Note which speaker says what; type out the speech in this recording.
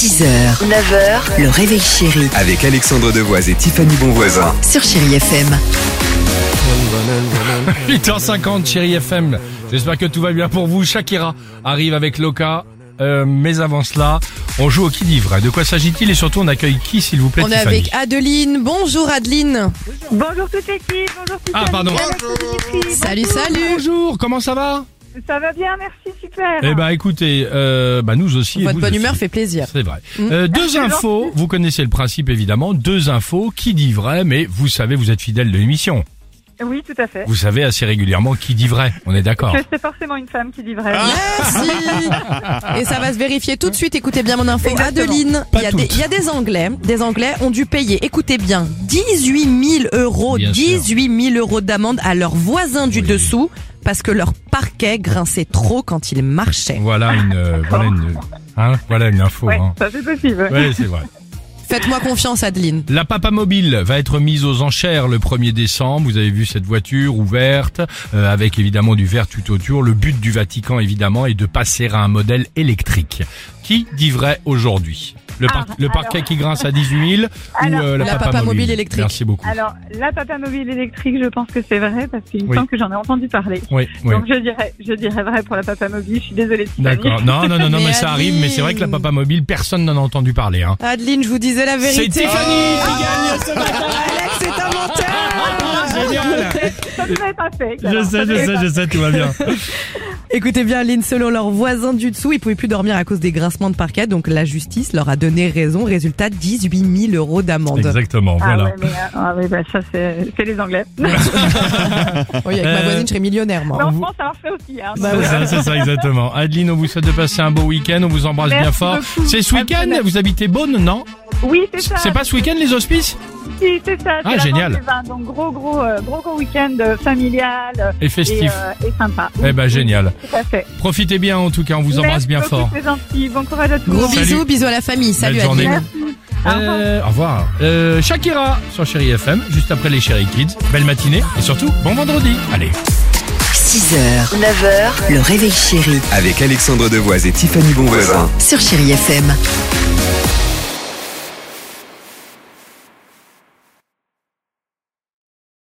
Speaker 1: 6h, 9h, le réveil chéri
Speaker 2: Avec Alexandre Devoise et Tiffany Bonvoisin.
Speaker 1: sur Chérie FM.
Speaker 3: 8h50, chérie FM. J'espère que tout va bien pour vous. Shakira arrive avec Loca. Euh, mais avant cela, on joue au qui dit vrai. De quoi s'agit-il et surtout on accueille qui s'il vous plaît
Speaker 4: On est
Speaker 3: Tiffany
Speaker 4: avec Adeline. Bonjour Adeline.
Speaker 5: Bonjour toute l'équipe, bonjour toute
Speaker 3: Ah pardon.
Speaker 4: Salut, salut.
Speaker 3: Bonjour, comment ça va
Speaker 5: Ça va bien, merci, super.
Speaker 3: Eh ben écoutez, euh, bah nous aussi. et
Speaker 4: Votre
Speaker 3: vous
Speaker 4: bonne
Speaker 3: aussi.
Speaker 4: humeur fait plaisir. Mm.
Speaker 3: C'est vrai. Euh, deux infos, vous connaissez le principe évidemment, deux infos, qui dit vrai, mais vous savez, vous êtes fidèle de l'émission.
Speaker 5: Oui, tout à fait.
Speaker 3: Vous savez assez régulièrement qui dit vrai, on est d'accord.
Speaker 5: Que c'est forcément une femme qui dit vrai.
Speaker 3: Ah.
Speaker 4: Merci. Et ça va se vérifier tout de suite. Écoutez bien mon info.
Speaker 5: Exactement.
Speaker 4: Adeline,
Speaker 3: Pas
Speaker 4: il y, a des-
Speaker 3: toutes.
Speaker 4: il y a des Anglais. Des Anglais ont dû payer, écoutez bien, 18 000 euros,
Speaker 3: Bien sûr.
Speaker 4: 18 000 euros d'amende à leurs voisins du
Speaker 3: Oui.
Speaker 4: dessous parce que leur parquet grinçait trop quand ils marchaient.
Speaker 3: Voilà une, euh, voilà une, hein, voilà une info.
Speaker 5: ouais,
Speaker 3: hein.
Speaker 5: ça c'est possible.
Speaker 3: Ouais, c'est vrai.
Speaker 4: Faites-moi confiance, Adeline.
Speaker 3: La Papa Mobile va être mise aux enchères le 1er décembre. Vous avez vu cette voiture ouverte, euh, avec évidemment du vert tout autour. Le but du Vatican, évidemment, est de passer à un modèle électrique. Qui dit vrai aujourd'hui le, par-
Speaker 5: Ah,
Speaker 3: le parquet qui grince à 18 000
Speaker 5: Alors,
Speaker 3: ou euh, la,
Speaker 4: La
Speaker 3: Papa,
Speaker 4: Papa
Speaker 3: mobile,
Speaker 4: Mobile électrique.
Speaker 3: Merci beaucoup.
Speaker 5: Alors, la papa mobile électrique, je pense que c'est vrai parce qu'il me
Speaker 3: Oui.
Speaker 5: semble que j'en ai entendu parler.
Speaker 3: oui, oui.
Speaker 5: Ah, Donc je dirais, je dirais vrai pour la papa mobile. Je suis désolée. Tiffany.
Speaker 3: D'accord. Non, non, non, non, mais,
Speaker 4: Mais
Speaker 3: ça arrive. Mais c'est vrai que la
Speaker 4: Aline.
Speaker 3: Papa Mobile, personne n'en a entendu parler. Hein.
Speaker 4: Adeline, je vous disais la
Speaker 3: C'est
Speaker 4: vérité. Ah. Oh.
Speaker 3: Tiffany qui gagne ce matin.
Speaker 4: Alex, c'est un menteur.
Speaker 3: Ah, génial.
Speaker 5: Ça ne l'avait pas fait.
Speaker 3: Je
Speaker 5: alors. Ça
Speaker 3: sais,
Speaker 5: ne
Speaker 3: je
Speaker 5: l'avait
Speaker 3: sais,
Speaker 5: pas
Speaker 3: je sais, tout va bien.
Speaker 4: Écoutez bien, Aline, selon leurs voisins du dessous, ils pouvaient plus dormir à cause des grincements de parquet, donc la justice leur a donné raison. Résultat, 18 000 euros d'amende.
Speaker 3: Exactement,
Speaker 5: Ah
Speaker 3: voilà.
Speaker 5: ouais, mais, euh, ah ouais, bah, ça c'est c'est les Anglais.
Speaker 4: Oui, avec
Speaker 3: Euh,
Speaker 4: ma voisine, je serais millionnaire,
Speaker 5: Mais
Speaker 4: moi.
Speaker 5: en
Speaker 3: vous-
Speaker 5: France, ça en fait aussi. Hein.
Speaker 4: Bah
Speaker 3: C'est
Speaker 4: oui.
Speaker 3: ça, c'est ça, exactement. Adeline, on vous souhaite de passer un beau week-end. On vous embrasse
Speaker 5: Merci
Speaker 3: bien fort.
Speaker 5: beaucoup.
Speaker 3: C'est ce week-end,
Speaker 5: Absolument.
Speaker 3: vous habitez Beaune, non
Speaker 5: Oui, c'est ça.
Speaker 3: C'est pas ce week-end les hospices
Speaker 5: Si, c'est ça. c'est
Speaker 3: Ah,
Speaker 5: la
Speaker 3: génial.
Speaker 5: vente des vins. Donc gros, gros, euh, gros, gros week-end euh, familial euh,
Speaker 3: Et
Speaker 5: et,
Speaker 3: festif.
Speaker 5: euh, et sympa.
Speaker 3: Eh ben génial.
Speaker 5: Tout à fait.
Speaker 3: Profitez bien en tout cas, on vous embrasse bien
Speaker 5: Merci
Speaker 3: fort.
Speaker 5: beaucoup, C'est gentil. Bon courage à tous.
Speaker 4: Gros
Speaker 3: Salut.
Speaker 4: bisous, bisous à la famille. Salut,
Speaker 3: Belle journée.
Speaker 4: Adeline.
Speaker 5: Au revoir.
Speaker 3: Euh, au revoir. Euh, Shakira sur Chéri FM, juste après les Chéri Kids. Belle matinée et surtout bon vendredi. Allez.
Speaker 1: 6h, 9h, le réveil chéri
Speaker 2: Avec Alexandre Devoise et Tiffany Bonvoisin.
Speaker 1: sur Chérie FM.